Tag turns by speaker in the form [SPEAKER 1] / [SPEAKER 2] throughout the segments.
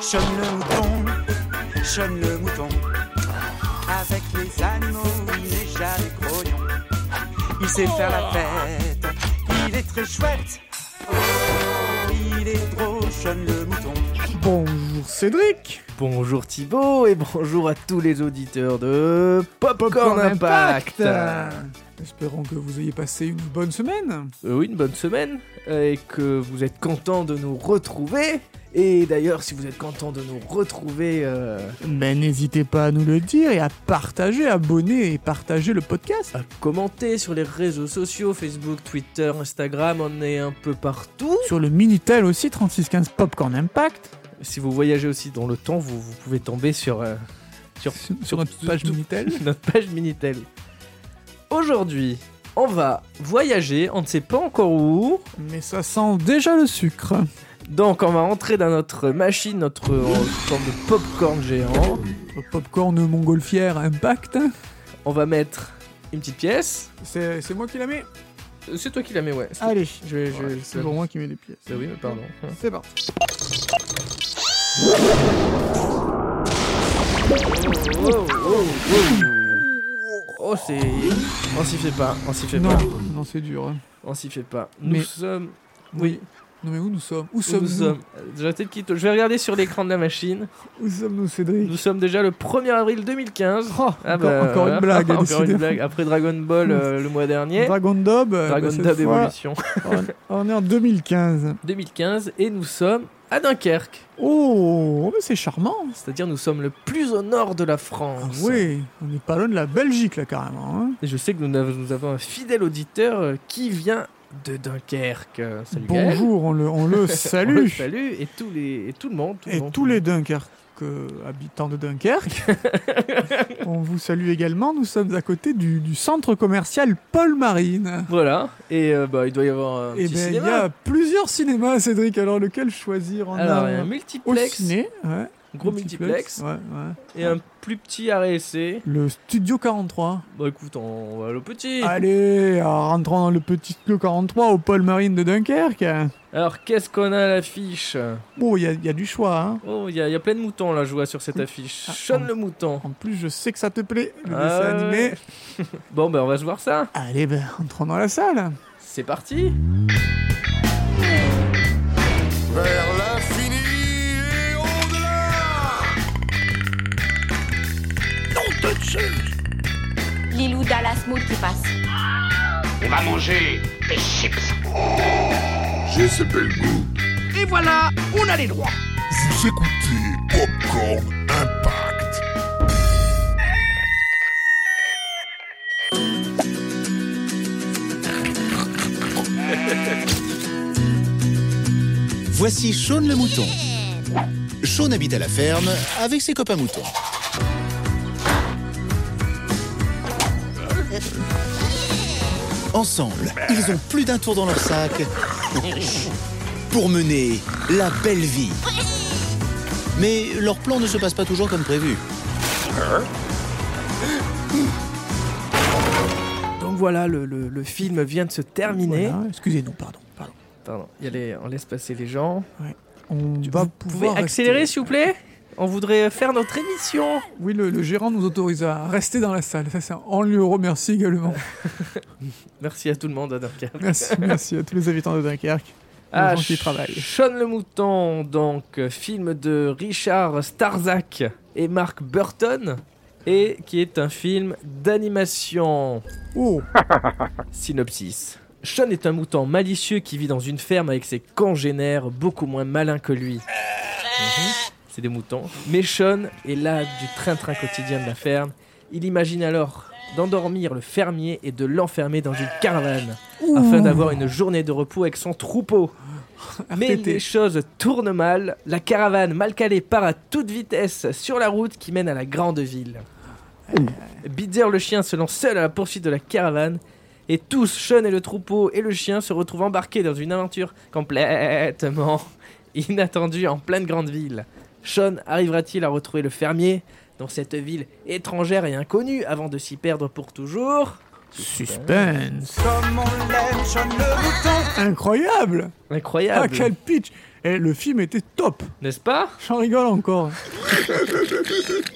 [SPEAKER 1] Chonne le mouton, chonne le mouton. Avec les animaux, il n'est jamais grognon. Il sait faire la fête, il est très chouette. Oh, il est drôle, chonne le mouton.
[SPEAKER 2] Bonjour Cédric
[SPEAKER 3] Bonjour Thibaut et bonjour à tous les auditeurs de Popcorn Impact.
[SPEAKER 2] Espérons que vous ayez passé une bonne semaine.
[SPEAKER 3] Euh, oui, une bonne semaine euh, et que vous êtes contents de nous retrouver. Et d'ailleurs, si vous êtes contents de nous retrouver, euh,
[SPEAKER 2] Mais n'hésitez pas à nous le dire et à partager, abonner et partager le podcast.
[SPEAKER 3] à commenter sur les réseaux sociaux, Facebook, Twitter, Instagram, on est un peu partout.
[SPEAKER 2] Sur le Minitel aussi, 3615 Popcorn Impact.
[SPEAKER 3] Si vous voyagez aussi dans le temps, vous, vous pouvez tomber sur euh,
[SPEAKER 2] Sur, sur notre page
[SPEAKER 3] tout-
[SPEAKER 2] Minitel.
[SPEAKER 3] notre page Minitel. Aujourd'hui, on va voyager, on ne sait pas encore où.
[SPEAKER 2] Mais ça sent déjà le sucre.
[SPEAKER 3] Donc on va entrer dans notre machine, notre euh, forme de popcorn géant.
[SPEAKER 2] Le Popcorn montgolfière Impact.
[SPEAKER 3] On va mettre une petite pièce.
[SPEAKER 2] C'est c'est moi qui la mets.
[SPEAKER 3] Euh, C'est toi qui la mets, ouais. C'est-
[SPEAKER 2] Allez,
[SPEAKER 3] Je vais- je vais- je
[SPEAKER 2] c'est
[SPEAKER 3] vais-
[SPEAKER 2] pour moi qui mets des pièces.
[SPEAKER 3] Ah oui, mais pardon.
[SPEAKER 2] C'est parti.
[SPEAKER 3] Oh, oh, oh. Oh, c'est... On s'y fait pas, on s'y fait
[SPEAKER 2] Non,
[SPEAKER 3] pas.
[SPEAKER 2] non c'est dur. hein.
[SPEAKER 3] On s'y fait pas. Nous
[SPEAKER 2] Mais-
[SPEAKER 3] sommes... Oui,
[SPEAKER 2] Non mais où nous sommes
[SPEAKER 3] où
[SPEAKER 2] Où
[SPEAKER 3] nous
[SPEAKER 2] sommes-nous
[SPEAKER 3] sommes. Euh, Déjà, peut-être qu'il te- Je vais regarder sur l'écran de la machine.
[SPEAKER 2] Où sommes-nous Cédric
[SPEAKER 3] Nous sommes déjà le 1er avril 2015.
[SPEAKER 2] Oh,
[SPEAKER 3] Ah
[SPEAKER 2] encore,
[SPEAKER 3] bah,
[SPEAKER 2] encore une blague,
[SPEAKER 3] encore une
[SPEAKER 2] décidément.
[SPEAKER 3] blague. Après Dragon Ball euh, le mois dernier.
[SPEAKER 2] Dragon Dob, euh,
[SPEAKER 3] Dragon
[SPEAKER 2] bah, cette
[SPEAKER 3] Dub
[SPEAKER 2] fois,
[SPEAKER 3] Evolution
[SPEAKER 2] on on est en 2015.
[SPEAKER 3] 2015 et nous sommes à Dunkerque.
[SPEAKER 2] Oh, mais c'est charmant.
[SPEAKER 3] C'est-à-dire nous sommes le plus au nord de la
[SPEAKER 2] Ah
[SPEAKER 3] France.
[SPEAKER 2] oui, on est pas loin de la Belgique là carrément. hein.
[SPEAKER 3] Et je sais que nous, n'avons- nous avons un fidèle auditeur euh, qui vient de Dunkerque. Euh, Salut Gaël.
[SPEAKER 2] Bonjour, on le, on le
[SPEAKER 3] On le
[SPEAKER 2] salue.
[SPEAKER 3] Salut et tous les et tout le monde. tout le
[SPEAKER 2] Et
[SPEAKER 3] monde,
[SPEAKER 2] tous
[SPEAKER 3] tout le
[SPEAKER 2] les Dunkerque, euh, habitants de Dunkerque, on vous salue également. Nous sommes à côté du, du centre commercial Paul Marine.
[SPEAKER 3] monde. Voilà. Et euh, bah il doit y avoir un
[SPEAKER 2] Et
[SPEAKER 3] petit
[SPEAKER 2] ben, il y
[SPEAKER 3] cinéma.
[SPEAKER 2] a plusieurs cinémas, Cédric. Alors lequel choisir en
[SPEAKER 3] Alors il y a un
[SPEAKER 2] au
[SPEAKER 3] multiplex,
[SPEAKER 2] ciné, ouais,
[SPEAKER 3] gros multiplex,
[SPEAKER 2] ouais, ouais.
[SPEAKER 3] et un plus petit arrêt essai.
[SPEAKER 2] Le Studio 43.
[SPEAKER 3] Bah écoute, on va aller au petit.
[SPEAKER 2] Allez, alors, rentrons dans le petit Studio 43 au Paul Marine de Dunkerque.
[SPEAKER 3] Alors qu'est-ce qu'on a à l'affiche
[SPEAKER 2] Bon, il y, a- il y a du choix. Hein.
[SPEAKER 3] Oh, il y, a- il y a plein de moutons là, je vois sur cette affiche.
[SPEAKER 2] Ah,
[SPEAKER 3] Sean
[SPEAKER 2] on-
[SPEAKER 3] le mouton.
[SPEAKER 2] En plus, je sais que ça te plaît, le
[SPEAKER 3] Ah
[SPEAKER 2] dessin
[SPEAKER 3] ouais.
[SPEAKER 2] animé.
[SPEAKER 3] Bon, ben on va se voir ça.
[SPEAKER 2] Allez, ben, entrons dans la salle.
[SPEAKER 3] C'est parti.
[SPEAKER 4] vers l'infini et au-delà.
[SPEAKER 5] Lilou Dallas Mood qui passe.
[SPEAKER 6] On va manger des chips.
[SPEAKER 4] J'ai ce bel goût.
[SPEAKER 6] Et voilà, on a les droits.
[SPEAKER 4] Vous écoutez Popcorn Impact.
[SPEAKER 7] Voici Sean le mouton. Sean habite à la ferme avec ses copains moutons. Ensemble, ils ont plus d'un tour dans leur sac pour mener la belle vie. Mais leur plan ne se passe pas toujours comme prévu.
[SPEAKER 3] Donc voilà, le, le- le film vient de se terminer.
[SPEAKER 2] Voilà, excusez-nous, pardon. pardon.
[SPEAKER 3] Pardon, il y a les- on laisse passer les gens.
[SPEAKER 2] On
[SPEAKER 3] Tu
[SPEAKER 2] va
[SPEAKER 3] Vous pouvez
[SPEAKER 2] pouvoir
[SPEAKER 3] accélérer
[SPEAKER 2] rester-
[SPEAKER 3] s'il vous plaît On voudrait faire notre émission.
[SPEAKER 2] Oui, le, le gérant nous autorise à rester dans la salle. Ça, c'est un- on lui remercie également.
[SPEAKER 3] Merci à tout le monde à Dunkerque.
[SPEAKER 2] merci, merci à tous les habitants de Dunkerque.
[SPEAKER 3] Ah,
[SPEAKER 2] gens qui travaillent.
[SPEAKER 3] Sean le mouton, donc euh, film de Richard Starzak et Mark Burton et qui est un film d'animation.
[SPEAKER 2] Oh,
[SPEAKER 3] Synopsis. Sean est un mouton malicieux qui vit dans une ferme avec ses congénères beaucoup moins malins que lui. Mhm. C'est des moutons. Mais Sean est là du train-train quotidien de la ferme. Il imagine alors d'endormir le fermier et de l'enfermer dans une caravane afin d'avoir une journée de repos avec son troupeau. Mais
[SPEAKER 2] RTT.
[SPEAKER 3] les choses tournent mal. La caravane mal calée part à toute vitesse sur la route qui mène à la grande ville. Bidzer le chien se lance seul à la poursuite de la caravane. Et tous, Sean et le troupeau et le chien, se retrouvent embarqués dans une aventure complètement inattendue en pleine grande ville. Sean arrivera-t-il à retrouver le fermier dans cette ville étrangère et inconnue avant de s'y perdre pour toujours
[SPEAKER 2] Suspense.
[SPEAKER 1] Comme on l'aime, Sean le mouton.
[SPEAKER 2] Incroyable Ah,
[SPEAKER 3] Incroyable,
[SPEAKER 2] quel pitch Et le film était top
[SPEAKER 3] n'est-ce pas
[SPEAKER 2] J'en rigole encore.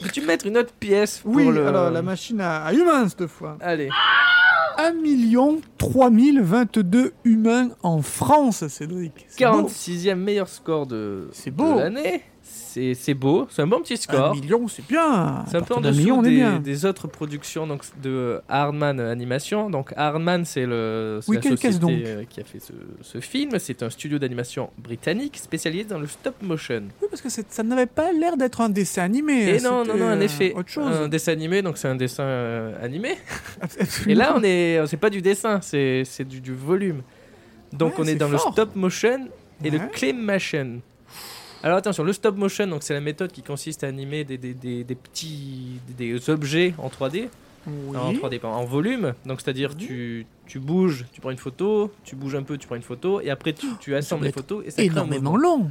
[SPEAKER 3] Peux-tu mettre une autre pièce pour
[SPEAKER 2] Oui,
[SPEAKER 3] le...
[SPEAKER 2] alors la machine à, à humains cette fois.
[SPEAKER 3] Allez,
[SPEAKER 2] 1 3022 humains en France, Cédric. C'est beau.
[SPEAKER 3] 46e meilleur score de,
[SPEAKER 2] C'est
[SPEAKER 3] de
[SPEAKER 2] beau.
[SPEAKER 3] l'année. C'est c'est beau, c'est un bon petit
[SPEAKER 2] Un
[SPEAKER 3] score.
[SPEAKER 2] million, c'est bien.
[SPEAKER 3] C'est un
[SPEAKER 2] À
[SPEAKER 3] peu
[SPEAKER 2] partir
[SPEAKER 3] en
[SPEAKER 2] d'un
[SPEAKER 3] dessous
[SPEAKER 2] million, on est
[SPEAKER 3] des,
[SPEAKER 2] bien.
[SPEAKER 3] des autres productions donc, de Hardman Animation. Donc Hardman, c'est le c'est
[SPEAKER 2] Oui,
[SPEAKER 3] la
[SPEAKER 2] quelle
[SPEAKER 3] société
[SPEAKER 2] caisse donc
[SPEAKER 3] euh, qui a fait ce, ce film. C'est un studio d'animation britannique spécialisé dans le stop motion.
[SPEAKER 2] Oui, parce que c'est- ça n'avait pas l'air d'être un dessin animé.
[SPEAKER 3] Et
[SPEAKER 2] hein,
[SPEAKER 3] non, non,
[SPEAKER 2] c'était,
[SPEAKER 3] non, en
[SPEAKER 2] euh,
[SPEAKER 3] effet,
[SPEAKER 2] Autre chose.
[SPEAKER 3] un dessin animé, donc c'est un dessin euh, animé.
[SPEAKER 2] Absolument.
[SPEAKER 3] Et là, on est, c'est pas du dessin, c'est c'est du, du volume. Donc
[SPEAKER 2] Ouais,
[SPEAKER 3] on est
[SPEAKER 2] c'est
[SPEAKER 3] dans
[SPEAKER 2] fort.
[SPEAKER 3] le stop motion et le
[SPEAKER 2] Ouais.
[SPEAKER 3] claymation. Alors attention, le stop motion, donc c'est la méthode qui consiste à animer des, des, des- des petits des, des objets en 3D,
[SPEAKER 2] Oui.
[SPEAKER 3] Non, en 3D pardon, en volume. Donc c'est-à-dire tu, tu bouges, tu prends une photo, tu bouges un peu, tu prends une photo, et après tu, tu assembles
[SPEAKER 2] doit
[SPEAKER 3] les
[SPEAKER 2] être
[SPEAKER 3] photos et ça crée un
[SPEAKER 2] Énormément
[SPEAKER 3] mouvement.
[SPEAKER 2] long.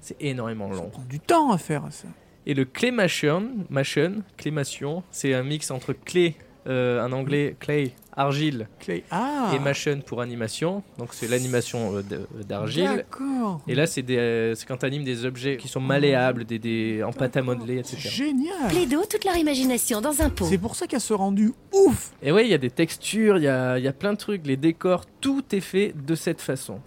[SPEAKER 3] C'est énormément
[SPEAKER 2] Ça
[SPEAKER 3] long.
[SPEAKER 2] prend du temps à faire ça.
[SPEAKER 3] Et le claymation, mation, claymation, c'est un mix entre clé, euh, en anglais clay, argile
[SPEAKER 2] Clay. Ah.
[SPEAKER 3] et Machine pour animation. Donc c'est l'animation euh, de- d'argile.
[SPEAKER 2] D'accord. Oh.
[SPEAKER 3] Et là, c'est des, euh, c'est quand tu animes des objets qui sont malléables, des, des, en pâte à modeler, etc.
[SPEAKER 2] Génial.
[SPEAKER 8] Plaido, toute leur imagination dans un pot.
[SPEAKER 2] C'est pour ça qu'elle se rendu ouf.
[SPEAKER 3] Et ouais, il y a des textures, il y a, il y a plein de trucs, les décors, tout est fait de cette façon.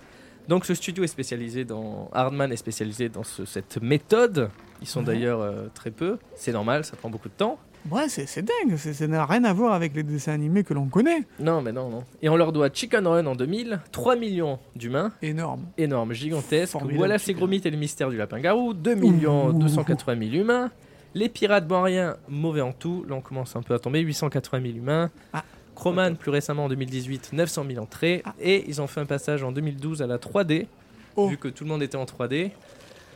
[SPEAKER 3] Donc ce studio est spécialisé dans... Hardman est spécialisé dans ce- cette méthode. Ils sont d'ailleurs euh, très peu. C'est normal, ça prend beaucoup de temps.
[SPEAKER 2] Ouais, c'est c'est dingue. c'est- Ça n'a rien à voir avec les dessins animés que l'on connaît.
[SPEAKER 3] Non, mais non, non. Et on leur doit Chicken Run en 2000, 3 millions d'humains,
[SPEAKER 2] Énorme.
[SPEAKER 3] énorme, gigantesque.
[SPEAKER 2] Formidable,
[SPEAKER 3] voilà, c'est
[SPEAKER 2] Chicken.
[SPEAKER 3] Gromit et le mystère du lapin-garou. 2 millions 280 000 humains. Les pirates, bon rien, mauvais en tout. Là, on commence un peu à tomber. 880 000 humains.
[SPEAKER 2] Ah.
[SPEAKER 3] Croman, plus récemment en 2018, 900 000 entrées. Et ils ont fait un passage en 2012 à la 3D,
[SPEAKER 2] Oh.
[SPEAKER 3] vu que tout le monde était en 3D.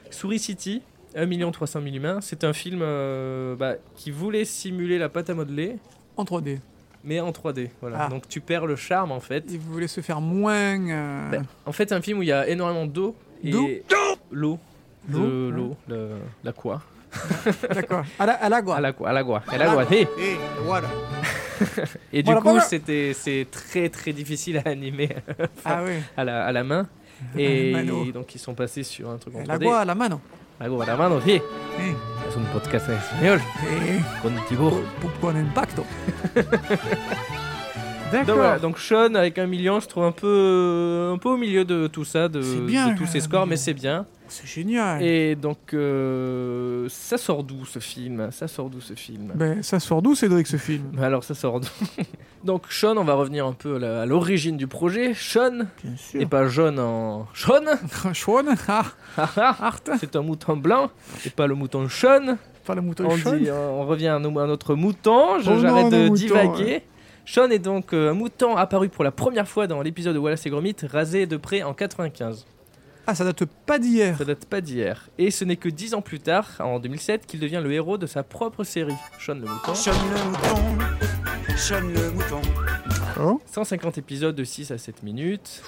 [SPEAKER 3] Souris City, 1 300 000 humains. C'est un film euh, bah, qui voulait simuler la pâte à modeler,
[SPEAKER 2] En 3D.
[SPEAKER 3] mais en 3D. Voilà.
[SPEAKER 2] Ah.
[SPEAKER 3] Donc tu perds le charme en fait.
[SPEAKER 2] Et vous voulez se faire moins. euh,
[SPEAKER 3] Ben, en fait, c'est un film où il y a énormément d'eau et
[SPEAKER 2] D'eau
[SPEAKER 3] l'eau, de
[SPEAKER 2] L'eau, hein.
[SPEAKER 3] l'eau, le- l'aqua,
[SPEAKER 2] D'accord. À la, à Ah, la
[SPEAKER 3] à
[SPEAKER 2] gueule.
[SPEAKER 3] l'aqua, à l'aqua, à l'aqua. Hey
[SPEAKER 1] Et voilà.
[SPEAKER 3] Et du
[SPEAKER 2] Voilà,
[SPEAKER 3] coup,
[SPEAKER 2] voilà.
[SPEAKER 3] c'était c'est très très difficile à animer
[SPEAKER 2] Ah oui.
[SPEAKER 3] à la, à la main. Et
[SPEAKER 2] Mano.
[SPEAKER 3] donc ils sont passés sur un truc en
[SPEAKER 2] À la
[SPEAKER 3] 3D.
[SPEAKER 2] gueule, à la mano.
[SPEAKER 3] L'agua, à la mano, hey.
[SPEAKER 2] Eh,
[SPEAKER 3] Es un podcast en espagnol
[SPEAKER 2] eh,
[SPEAKER 3] con Tibor.
[SPEAKER 2] pour- Con impacto.
[SPEAKER 3] Donc, voilà,
[SPEAKER 2] D'accord.
[SPEAKER 3] donc Sean avec un million, je trouve un peu un peu au milieu de tout ça, de,
[SPEAKER 2] C'est bien,
[SPEAKER 3] de tous ces
[SPEAKER 2] un
[SPEAKER 3] scores, mais
[SPEAKER 2] million.
[SPEAKER 3] c'est bien.
[SPEAKER 2] C'est génial.
[SPEAKER 3] Et donc euh, ça sort d'où ce film Ça sort d'où ce film
[SPEAKER 2] Ben, ça sort d'où, Cédric, ce film
[SPEAKER 3] Mais alors ça sort d'où Donc Sean, on va revenir un peu à la- à l'origine du projet. Sean,
[SPEAKER 2] Bien
[SPEAKER 3] et
[SPEAKER 2] sûr.
[SPEAKER 3] pas Jaune en Sean,
[SPEAKER 2] Schwan, ben, ah, Art.
[SPEAKER 3] c'est un mouton blanc, et pas le mouton Sean.
[SPEAKER 2] Pas le mouton
[SPEAKER 3] On,
[SPEAKER 2] Schwan.
[SPEAKER 3] dit- hein. on revient à, nos- à notre mouton, Je-
[SPEAKER 2] Oh non,
[SPEAKER 3] j'arrête de
[SPEAKER 2] nos moutons,
[SPEAKER 3] divaguer. Sean est donc euh, un mouton apparu pour la première fois dans l'épisode de Wallace et Gromit, rasé de près en 95.
[SPEAKER 2] Ah, ça date pas d'hier.
[SPEAKER 3] Ça date pas d'hier. Et ce n'est que dix ans plus tard, en 2007, qu'il devient le héros de sa propre série, Sean le mouton.
[SPEAKER 1] Sean le mouton. Sean le mouton.
[SPEAKER 3] 150 épisodes de 6 à 7 minutes.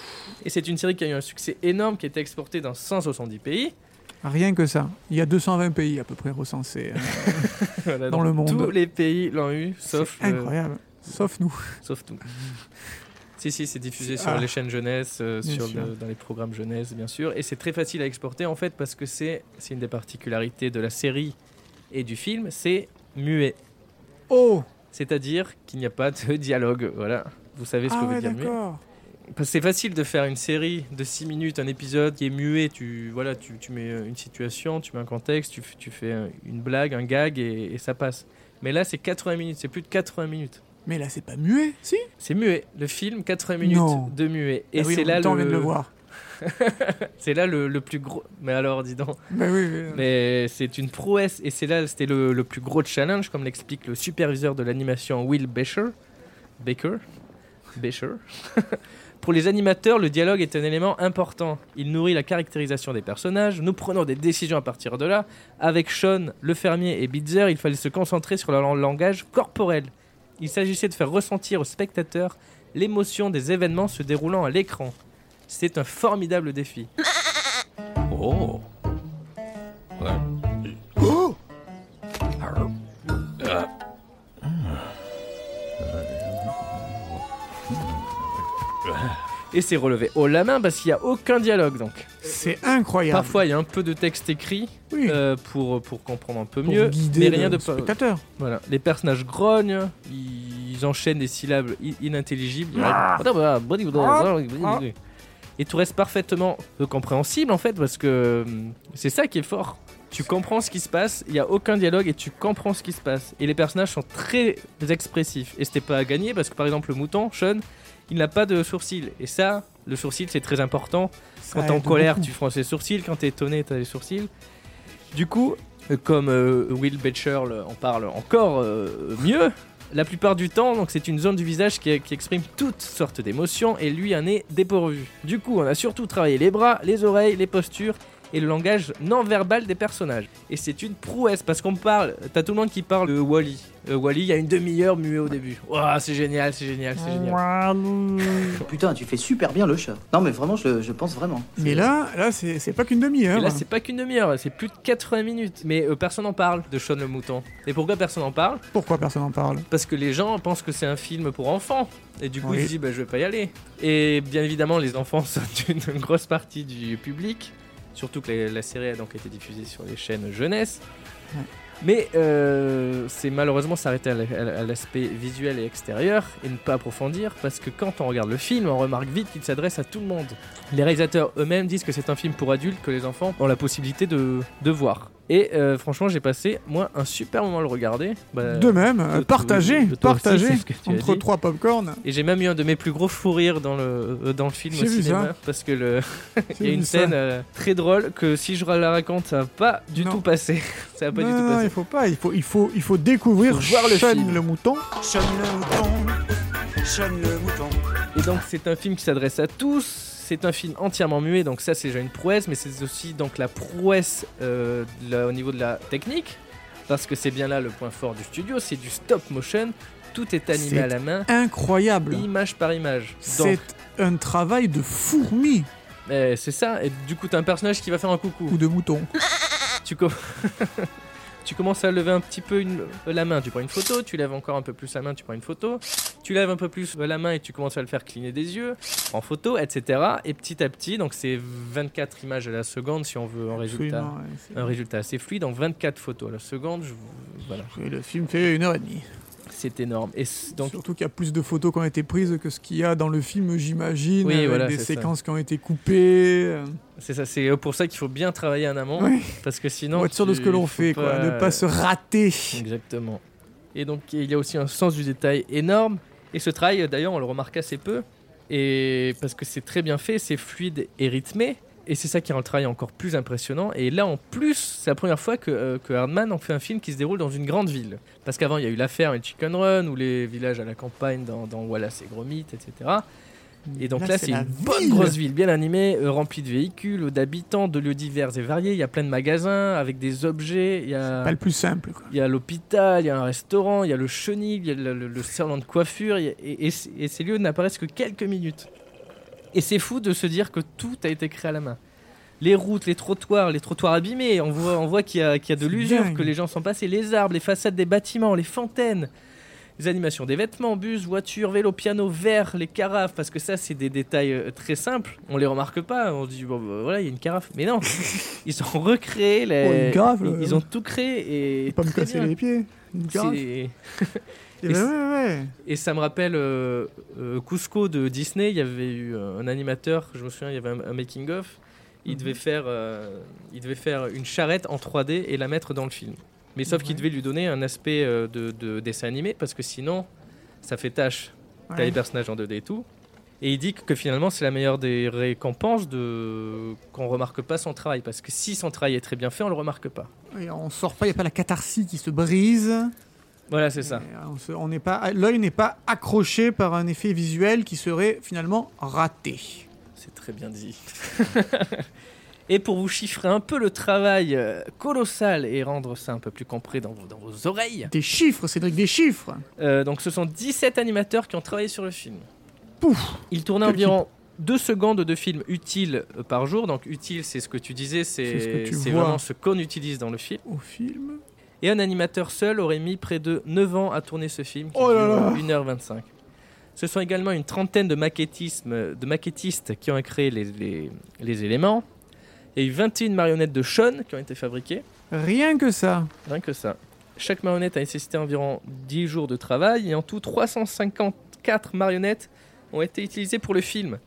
[SPEAKER 3] Et c'est une série qui a eu un succès énorme, qui a été exportée dans 170 pays.
[SPEAKER 2] Rien que ça. Il y a 220 pays à peu près recensés. hein.
[SPEAKER 3] Voilà,
[SPEAKER 2] Dans
[SPEAKER 3] donc
[SPEAKER 2] le monde.
[SPEAKER 3] Tous les pays l'ont eu, sauf,
[SPEAKER 2] C'est
[SPEAKER 3] euh,
[SPEAKER 2] incroyable. Sauf nous.
[SPEAKER 3] sauf tout. Si, si, c'est diffusé
[SPEAKER 2] C'est-
[SPEAKER 3] sur
[SPEAKER 2] ah.
[SPEAKER 3] les chaînes jeunesse, euh,
[SPEAKER 2] Bien
[SPEAKER 3] sur
[SPEAKER 2] sûr.
[SPEAKER 3] le- dans les programmes jeunesse, bien sûr. Et c'est très facile à exporter, en fait, parce que c'est c'est une des particularités de la série et du film, c'est muet.
[SPEAKER 2] Oh
[SPEAKER 3] C'est-à-dire qu'il n'y a pas de dialogue, voilà. Vous savez ce
[SPEAKER 2] Ah
[SPEAKER 3] que
[SPEAKER 2] ouais,
[SPEAKER 3] veut dire muet.
[SPEAKER 2] d'accord.
[SPEAKER 3] Parce que c'est facile de faire une série de 6 minutes, un épisode qui est muet. Tu, voilà, tu, tu mets euh, une situation, tu mets un contexte, tu, f- tu fais euh, une blague, un gag et, et ça passe. Mais là, c'est 80 minutes, c'est plus de 80 minutes.
[SPEAKER 2] Mais là, c'est pas muet, si
[SPEAKER 3] C'est muet. Le film, 80 minutes
[SPEAKER 2] Non.
[SPEAKER 3] de muet. Et
[SPEAKER 2] Ah oui,
[SPEAKER 3] c'est
[SPEAKER 2] en
[SPEAKER 3] là,
[SPEAKER 2] même temps, on vient
[SPEAKER 3] le,
[SPEAKER 2] de le voir.
[SPEAKER 3] c'est là le, le plus gros. Mais alors, dis donc.
[SPEAKER 2] Ben oui, oui.
[SPEAKER 3] Mais c'est une prouesse. Et c'est là, c'était le, le plus gros challenge, comme l'explique le superviseur de l'animation Will Becher. Baker. Becher. Pour les animateurs, le dialogue est un élément important. Il nourrit la caractérisation des personnages. Nous prenons des décisions à partir de là. Avec Sean, le fermier et Bitzer, il fallait se concentrer sur leur langage corporel. Il s'agissait de faire ressentir aux spectateurs l'émotion des événements se déroulant à l'écran. C'est un formidable défi. Oh. et c'est relevé haut la main parce qu'il n'y a aucun dialogue donc.
[SPEAKER 2] C'est incroyable.
[SPEAKER 3] Parfois il y a un peu de texte écrit
[SPEAKER 2] oui.
[SPEAKER 3] euh, pour, pour comprendre un peu
[SPEAKER 2] pour
[SPEAKER 3] mieux, mais
[SPEAKER 2] guider
[SPEAKER 3] rien
[SPEAKER 2] le
[SPEAKER 3] de pas.
[SPEAKER 2] spectateur.
[SPEAKER 3] Voilà. Les personnages grognent, ils enchaînent des syllabes i- inintelligibles.
[SPEAKER 2] Ah.
[SPEAKER 3] Ah, bah, Et tout reste parfaitement euh, compréhensible en fait, parce que hum, c'est ça qui est fort. Tu comprends ce qui se passe, il n'y a aucun dialogue et tu comprends ce qui se passe. Et les personnages sont très expressifs. Et c'était pas à gagner parce que par exemple, le mouton, Sean, il n'a pas de sourcils. Et ça, le sourcil, c'est très important.
[SPEAKER 2] Ça
[SPEAKER 3] Quand t'es en
[SPEAKER 2] aide
[SPEAKER 3] colère,
[SPEAKER 2] beaucoup.
[SPEAKER 3] tu fronces les sourcils. Quand t'es étonné, t'as les sourcils. Du coup, euh, comme euh, Will Becher le- en parle encore euh, mieux, la plupart du temps, donc c'est une zone du visage qui, qui exprime toutes sortes d'émotions et lui en est dépourvu. Du coup, on a surtout travaillé les bras, les oreilles, les postures et le langage non verbal des personnages. Et c'est une prouesse parce qu'on parle, t'as tout le monde qui parle de Wally. Euh, Wally, il y a une demi-heure muet au début. Ouah, c'est génial, c'est génial, c'est génial.
[SPEAKER 9] Putain, tu fais super bien le chat. Non, mais vraiment, je, je pense vraiment.
[SPEAKER 2] Mais là, là c'est c'est pas qu'une
[SPEAKER 3] Et
[SPEAKER 2] demi-heure.
[SPEAKER 3] là, c'est pas qu'une demi-heure, c'est plus de 80 minutes. Mais euh, personne n'en parle de Sean le Mouton. Et pourquoi personne n'en parle
[SPEAKER 2] Pourquoi personne n'en parle
[SPEAKER 3] Parce que les gens pensent que c'est un film pour enfants. Et du coup,
[SPEAKER 2] Oui.
[SPEAKER 3] ils se disent, bah, je vais pas y aller. Et bien évidemment, les enfants sont une grosse partie du public. Surtout que la, la série a donc été diffusée sur les chaînes jeunesse.
[SPEAKER 2] Ouais.
[SPEAKER 3] Mais euh, c'est malheureusement s'arrêter à la- à la- à l'aspect visuel et extérieur et ne pas approfondir parce que quand on regarde le film, on remarque vite qu'il s'adresse à tout le monde. Les réalisateurs eux-mêmes disent que c'est un film pour adultes que les enfants ont la possibilité de, de voir. Et euh, franchement, j'ai passé, moi, un super moment à le regarder. Bah,
[SPEAKER 2] De même, euh,
[SPEAKER 3] toi-
[SPEAKER 2] partagez,
[SPEAKER 3] toi aussi,
[SPEAKER 2] partagez
[SPEAKER 3] c'est ce que tu as
[SPEAKER 2] entre
[SPEAKER 3] dit.
[SPEAKER 2] trois popcorn.
[SPEAKER 3] Et j'ai même eu un de mes plus gros fous rires dans le, euh, dans le film
[SPEAKER 2] J'ai
[SPEAKER 3] au
[SPEAKER 2] vu
[SPEAKER 3] cinéma.
[SPEAKER 2] ça.
[SPEAKER 3] Parce que le, il y a
[SPEAKER 2] J'ai
[SPEAKER 3] une
[SPEAKER 2] vu ça.
[SPEAKER 3] scène euh, très drôle que si je la raconte, ça va pas du
[SPEAKER 2] Non.
[SPEAKER 3] tout passer. ça va pas
[SPEAKER 2] Non,
[SPEAKER 3] du tout
[SPEAKER 2] non,
[SPEAKER 3] passer.
[SPEAKER 2] il faut pas, il faut, il faut, il faut découvrir
[SPEAKER 3] Faut voir le
[SPEAKER 2] Sean
[SPEAKER 3] film.
[SPEAKER 2] le mouton.
[SPEAKER 1] Sean le mouton, Sean le mouton.
[SPEAKER 3] Et donc c'est un film qui s'adresse à tous. C'est un film entièrement muet, donc ça c'est déjà une prouesse, mais c'est aussi donc la prouesse euh, de la- au niveau de la technique, parce que c'est bien là le point fort du studio, c'est du stop motion, tout est animé
[SPEAKER 2] C'est
[SPEAKER 3] à la main,
[SPEAKER 2] Incroyable.
[SPEAKER 3] image par image.
[SPEAKER 2] C'est
[SPEAKER 3] Donc
[SPEAKER 2] un travail de fourmi
[SPEAKER 3] euh, c'est ça, et du coup t'as un personnage qui va faire un coucou.
[SPEAKER 2] ou de mouton.
[SPEAKER 3] tu, com- tu commences à lever un petit peu une- euh, la main, tu prends une photo, tu lèves encore un peu plus la main, tu prends une photo, tu lèves un peu plus euh, la main et tu commences à le faire cligner des yeux, en photo, etc. Et petit à petit, donc c'est 24 images à la seconde si on veut un résultat,
[SPEAKER 2] Absolument, ouais, c'est-
[SPEAKER 3] un résultat assez fluide, donc 24 photos à la seconde, je vous- voilà,
[SPEAKER 2] Et le film fait une heure et demie.
[SPEAKER 3] c'est énorme. Et c- donc
[SPEAKER 2] Surtout qu'il y a plus de photos qui ont été prises que ce qu'il y a dans le film, j'imagine.
[SPEAKER 3] Oui,
[SPEAKER 2] avec
[SPEAKER 3] voilà,
[SPEAKER 2] des
[SPEAKER 3] c'est ça.
[SPEAKER 2] séquences qui ont été coupées. euh,
[SPEAKER 3] c'est ça, c'est pour ça qu'il faut bien travailler en amont,
[SPEAKER 2] Ouais.
[SPEAKER 3] parce que sinon...
[SPEAKER 2] Pour être sûr de
[SPEAKER 3] tu-
[SPEAKER 2] ce que l'on
[SPEAKER 3] faut
[SPEAKER 2] fait, quoi. Ne pas se rater.
[SPEAKER 3] Exactement. Et donc il y a aussi un sens du détail énorme. Et ce travail, d'ailleurs, on le remarque assez peu. Et parce que c'est très bien fait, c'est fluide et rythmé. Et c'est ça qui rend le travail encore plus impressionnant. Et là, en plus, c'est la première fois que, euh, que Hardman en fait un film qui se déroule dans une grande ville. Parce qu'avant, il y a eu la ferme et le Chicken Run, ou les villages à la campagne dans, dans Wallace et Gromit, etc. Et donc là, c'est
[SPEAKER 2] la
[SPEAKER 3] une bonne
[SPEAKER 2] ville.
[SPEAKER 3] grosse ville, bien animée, euh, remplie de véhicules, d'habitants, de lieux divers et variés. Il y a plein de magasins avec des objets. Il y a...
[SPEAKER 2] Pas le plus simple, quoi.
[SPEAKER 3] Il y a l'hôpital, il y a un restaurant, il y a le chenil, il y a le, le- le salon de coiffure, il y a- et, et c- et ces lieux n'apparaissent que quelques minutes. Et c'est fou de se dire que tout a été créé à la main. Les routes, les trottoirs, les trottoirs abîmés, on voit, on voit qu'il y a, qu'il y a de
[SPEAKER 2] C'est
[SPEAKER 3] l'usure,
[SPEAKER 2] dingue.
[SPEAKER 3] que les gens sont passés, les arbres, les façades des bâtiments, les fontaines, les animations des vêtements, bus, voitures, vélos, piano, verres, les carafes, parce que ça, c'est des détails euh, très simples. On les remarque pas, on se dit, bon, bah, voilà, il y a une carafe. Mais non, ils ont recréé les.
[SPEAKER 2] Oh, une carafe, là.
[SPEAKER 3] ils, ils ont tout créé et.
[SPEAKER 2] Pas me
[SPEAKER 3] très
[SPEAKER 2] casser
[SPEAKER 3] bien.
[SPEAKER 2] les pieds. Une carafe.
[SPEAKER 3] C'est-
[SPEAKER 2] Eh
[SPEAKER 3] et
[SPEAKER 2] ben
[SPEAKER 3] c'est-
[SPEAKER 2] ouais, ouais.
[SPEAKER 3] Et ça me rappelle euh, euh, Cusco de Disney. Il y avait eu euh, un animateur, je me souviens, il y avait un, making of.
[SPEAKER 2] Mhm.
[SPEAKER 3] Il devait faire, euh, il devait faire une charrette en 3D et la mettre dans le film. Mais sauf qu'il
[SPEAKER 2] Ouais.
[SPEAKER 3] devait lui donner un aspect euh, de, de dessin animé parce que sinon, ça fait tâche. T'as
[SPEAKER 2] Ouais.
[SPEAKER 3] les personnages en 2D et tout. Et il dit que, que finalement, c'est la meilleure des récompenses de qu'on remarque pas son travail parce que si son travail est très bien fait, on le remarque pas.
[SPEAKER 2] Et on sort pas, il n'y a pas la catharsis qui se brise.
[SPEAKER 3] Voilà, c'est ça.
[SPEAKER 2] Et on se- on n'est pas, l'œil n'est pas accroché par un effet visuel qui serait finalement raté.
[SPEAKER 3] C'est très bien dit. et pour vous chiffrer un peu le travail euh, colossal et rendre ça un peu plus compris dans vos, dans vos oreilles,
[SPEAKER 2] Des chiffres, Cédric, des chiffres.
[SPEAKER 3] euh, donc ce sont 17 animateurs qui ont travaillé sur le film.
[SPEAKER 2] Pouf.
[SPEAKER 3] Ils tournaient
[SPEAKER 2] Quelle
[SPEAKER 3] environ 2 secondes de films utiles euh, par jour. Donc utile, c'est ce que tu disais,
[SPEAKER 2] C'est ce que
[SPEAKER 3] c'est
[SPEAKER 2] tu
[SPEAKER 3] c'est
[SPEAKER 2] vois.
[SPEAKER 3] vraiment ce qu'on utilise dans le film.
[SPEAKER 2] Au film.
[SPEAKER 3] Et un animateur seul aurait mis près de 9 ans à tourner ce film, qui
[SPEAKER 2] Oh là
[SPEAKER 3] dure
[SPEAKER 2] là.
[SPEAKER 3] 1h25. Ce sont également une trentaine de, maquettismes- de maquettistes qui ont créé les, les- les éléments. Il y a eu 21 marionnettes de Sean qui ont été fabriquées,
[SPEAKER 2] Rien que ça.
[SPEAKER 3] rien que ça. Chaque marionnette a nécessité environ 10 jours de travail et en tout 354 marionnettes ont été utilisées pour le film.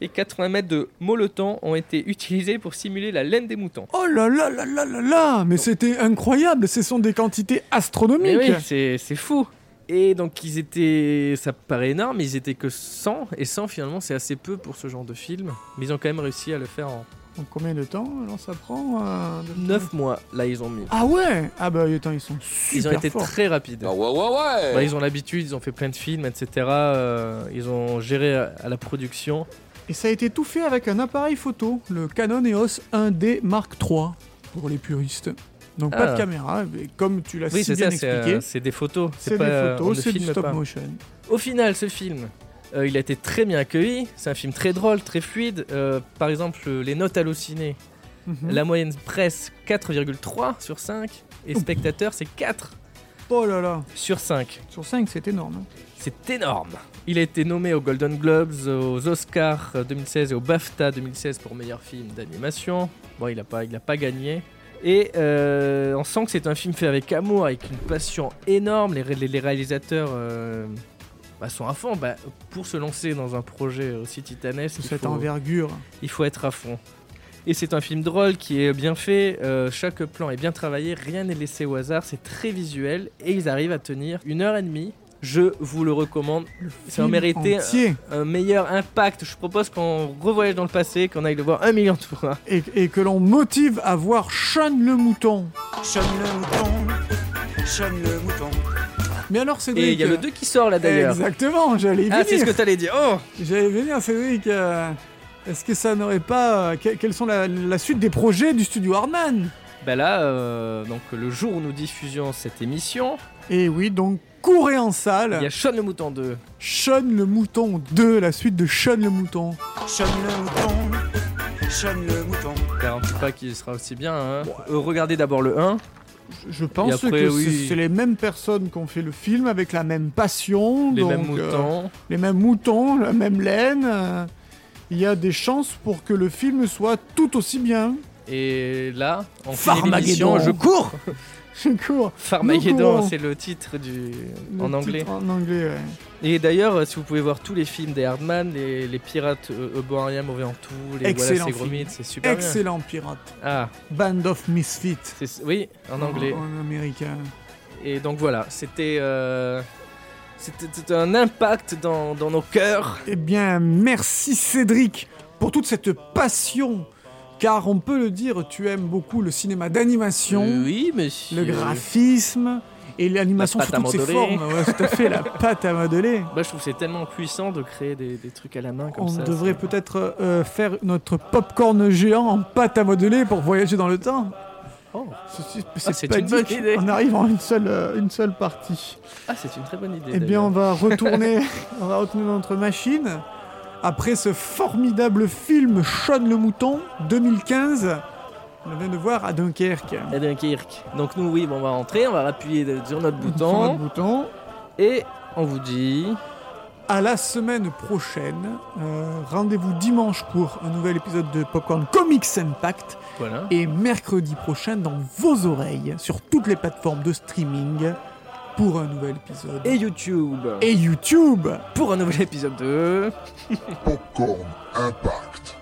[SPEAKER 3] Et 80 mètres de molleton ont été utilisés pour simuler la laine des moutons.
[SPEAKER 2] Oh là là là là là là Mais c'était incroyable, ce sont des quantités astronomiques.
[SPEAKER 3] Mais oui, c'est c'est fou. Et donc ils étaient, ça paraît énorme, mais ils étaient que 100. Et 100 finalement c'est assez peu pour ce genre de film. Mais ils ont quand même réussi à le faire en
[SPEAKER 2] En combien de temps alors ça prend euh, de-
[SPEAKER 3] 9 mois. Là ils ont mis.
[SPEAKER 2] Ah ouais Ah bah attends, ils sont
[SPEAKER 3] Ils
[SPEAKER 2] super Ah
[SPEAKER 3] ont été
[SPEAKER 2] forts.
[SPEAKER 3] très rapides.
[SPEAKER 10] ouais, ouais,
[SPEAKER 3] Bah, ils ont l'habitude, ils ont fait plein de films, etc. Euh, ils ont géré à à la production.
[SPEAKER 2] Et ça a été tout fait avec un appareil photo, le Canon EOS 1D Mark III, pour les puristes. Donc pas
[SPEAKER 3] Ah.
[SPEAKER 2] de caméra, mais comme tu l'as
[SPEAKER 3] Oui,
[SPEAKER 2] si
[SPEAKER 3] c'est
[SPEAKER 2] bien
[SPEAKER 3] ça, c'est
[SPEAKER 2] expliqué,
[SPEAKER 3] euh, c'est des photos.
[SPEAKER 2] c'est
[SPEAKER 3] pas,
[SPEAKER 2] des
[SPEAKER 3] euh, on ne
[SPEAKER 2] photos, c'est du
[SPEAKER 3] filme
[SPEAKER 2] stop
[SPEAKER 3] pas.
[SPEAKER 2] motion.
[SPEAKER 3] Au final, ce film, euh, il a été très bien accueilli. C'est un film très drôle, très fluide. Euh, par exemple, euh, les notes hallucinées.
[SPEAKER 2] Mhm.
[SPEAKER 3] La moyenne presse, 4,3 sur 5. Et spectateurs, c'est 4
[SPEAKER 2] Oh là là,
[SPEAKER 3] sur 5.
[SPEAKER 2] sur 5 c'est énorme. hein.
[SPEAKER 3] C'est énorme. Il a été nommé aux Golden Globes, aux Oscars euh, 2016 et au BAFTA 2016 pour meilleur film d'animation. Bon, il n'a pas, il a pas gagné. Et euh, on sent que c'est un film fait avec amour, avec une passion énorme. Les, ré- les- les réalisateurs euh, bah, sont à fond. Bah, pour se lancer dans un projet aussi titanesque,
[SPEAKER 2] Sous
[SPEAKER 3] il
[SPEAKER 2] cette
[SPEAKER 3] faut-
[SPEAKER 2] envergure.
[SPEAKER 3] il faut être à fond. Et c'est un film drôle qui est bien fait, euh, chaque plan est bien travaillé, rien n'est laissé au hasard, c'est très visuel et ils arrivent à tenir une heure et demie. Je vous le recommande, ça en
[SPEAKER 2] Film
[SPEAKER 3] méritait un,
[SPEAKER 2] entier.
[SPEAKER 3] un meilleur impact. Je propose qu'on revoyage dans le passé, qu'on aille le voir un million de fois.
[SPEAKER 2] Et, et que l'on motive à voir Sean le mouton.
[SPEAKER 1] Sean le mouton, Sean le mouton.
[SPEAKER 2] Mais alors Cédric... euh,
[SPEAKER 3] Et il y a le 2 qui sort là d'ailleurs.
[SPEAKER 2] Exactement, j'allais y
[SPEAKER 3] Ah, c'est ce
[SPEAKER 2] venir.
[SPEAKER 3] que t'allais dire. Oh
[SPEAKER 2] J'allais venir, Cédric. euh, Est-ce que ça n'aurait pas. euh, que- quelles sont la, la suite des projets du studio Hardman
[SPEAKER 3] Bah là, euh, donc le jour où nous diffusions cette émission,
[SPEAKER 2] Et oui, donc courez en
[SPEAKER 3] il y a
[SPEAKER 2] salle.
[SPEAKER 3] Sean le Mouton 2.
[SPEAKER 2] Sean le Mouton 2, la suite de Sean le Mouton.
[SPEAKER 1] Sean le mouton, Sean le mouton.
[SPEAKER 3] Garantis pas qu'il sera aussi bien. hein. Euh, regardez d'abord le 1.
[SPEAKER 2] Je- Je pense
[SPEAKER 3] après,
[SPEAKER 2] que
[SPEAKER 3] oui.
[SPEAKER 2] c'est- c'est les mêmes personnes qui ont fait le film avec la même passion.
[SPEAKER 3] Les
[SPEAKER 2] donc,
[SPEAKER 3] mêmes
[SPEAKER 2] euh,
[SPEAKER 3] moutons.
[SPEAKER 2] les mêmes moutons, la même laine. euh, Il y a des chances pour que le film soit tout aussi bien.
[SPEAKER 3] Et là, on finit l'émission,
[SPEAKER 2] Farmageddon,
[SPEAKER 3] je cours
[SPEAKER 2] Je cours. Nous
[SPEAKER 3] Farmageddon,
[SPEAKER 2] courons.
[SPEAKER 3] c'est le titre du...
[SPEAKER 2] Le
[SPEAKER 3] en
[SPEAKER 2] titre
[SPEAKER 3] anglais.
[SPEAKER 2] En anglais, ouais.
[SPEAKER 3] Et d'ailleurs, euh, si vous pouvez voir tous les films des Hardman, les, les pirates euh, Oboarian, Mauvais en tout, les Wallace
[SPEAKER 2] Excellent
[SPEAKER 3] et
[SPEAKER 2] film.
[SPEAKER 3] Gromit, c'est super
[SPEAKER 2] Excellent pirate.
[SPEAKER 3] bien. Ah,
[SPEAKER 2] Band of Misfits.
[SPEAKER 3] c'est- oui, en anglais.
[SPEAKER 2] En, en américain.
[SPEAKER 3] Et donc voilà, c'était... euh, C'était c'était un impact dans, dans nos cœurs.
[SPEAKER 2] Eh bien, merci Cédric pour toute cette passion. Car on peut le dire, tu aimes beaucoup le cinéma d'animation,
[SPEAKER 3] Euh, Oui, monsieur.
[SPEAKER 2] le graphisme et l'animation
[SPEAKER 3] La
[SPEAKER 2] sous
[SPEAKER 3] pâte à
[SPEAKER 2] toutes ses
[SPEAKER 3] modeler.
[SPEAKER 2] formes. Ouais, tout à fait, la pâte à modeler.
[SPEAKER 3] Bah, je trouve que c'est tellement puissant de créer des, des trucs à la main comme
[SPEAKER 2] On
[SPEAKER 3] ça.
[SPEAKER 2] devrait
[SPEAKER 3] c'est-
[SPEAKER 2] peut-être euh, faire notre popcorn géant en pâte à modeler pour voyager dans le temps.
[SPEAKER 3] Oh.
[SPEAKER 2] C'est-
[SPEAKER 3] Ah,
[SPEAKER 2] C'est
[SPEAKER 3] c'est
[SPEAKER 2] pas
[SPEAKER 3] une
[SPEAKER 2] dit
[SPEAKER 3] bonne
[SPEAKER 2] qu'on-
[SPEAKER 3] idée.
[SPEAKER 2] On arrive en une seule, euh, une seule partie.
[SPEAKER 3] Ah, c'est une très bonne idée.
[SPEAKER 2] Eh bien, on
[SPEAKER 3] d'ailleurs.
[SPEAKER 2] va retourner, on va retourner dans notre machine. Après ce formidable film Sean le Mouton 2015, on vient de voir à Dunkerque.
[SPEAKER 3] À Dunkerque. Donc nous, oui, bon, on va rentrer, on va appuyer de- sur notre
[SPEAKER 2] Sur notre
[SPEAKER 3] bouton
[SPEAKER 2] bouton.
[SPEAKER 3] et on vous dit
[SPEAKER 2] À la semaine prochaine. Euh, Rendez-vous dimanche pour un nouvel épisode de Popcorn Comics Impact
[SPEAKER 3] voilà.
[SPEAKER 2] et mercredi prochain dans vos oreilles sur toutes les plateformes de streaming pour un nouvel épisode.
[SPEAKER 3] Et YouTube
[SPEAKER 2] et YouTube.
[SPEAKER 3] pour un nouvel épisode de
[SPEAKER 4] Popcorn Impact.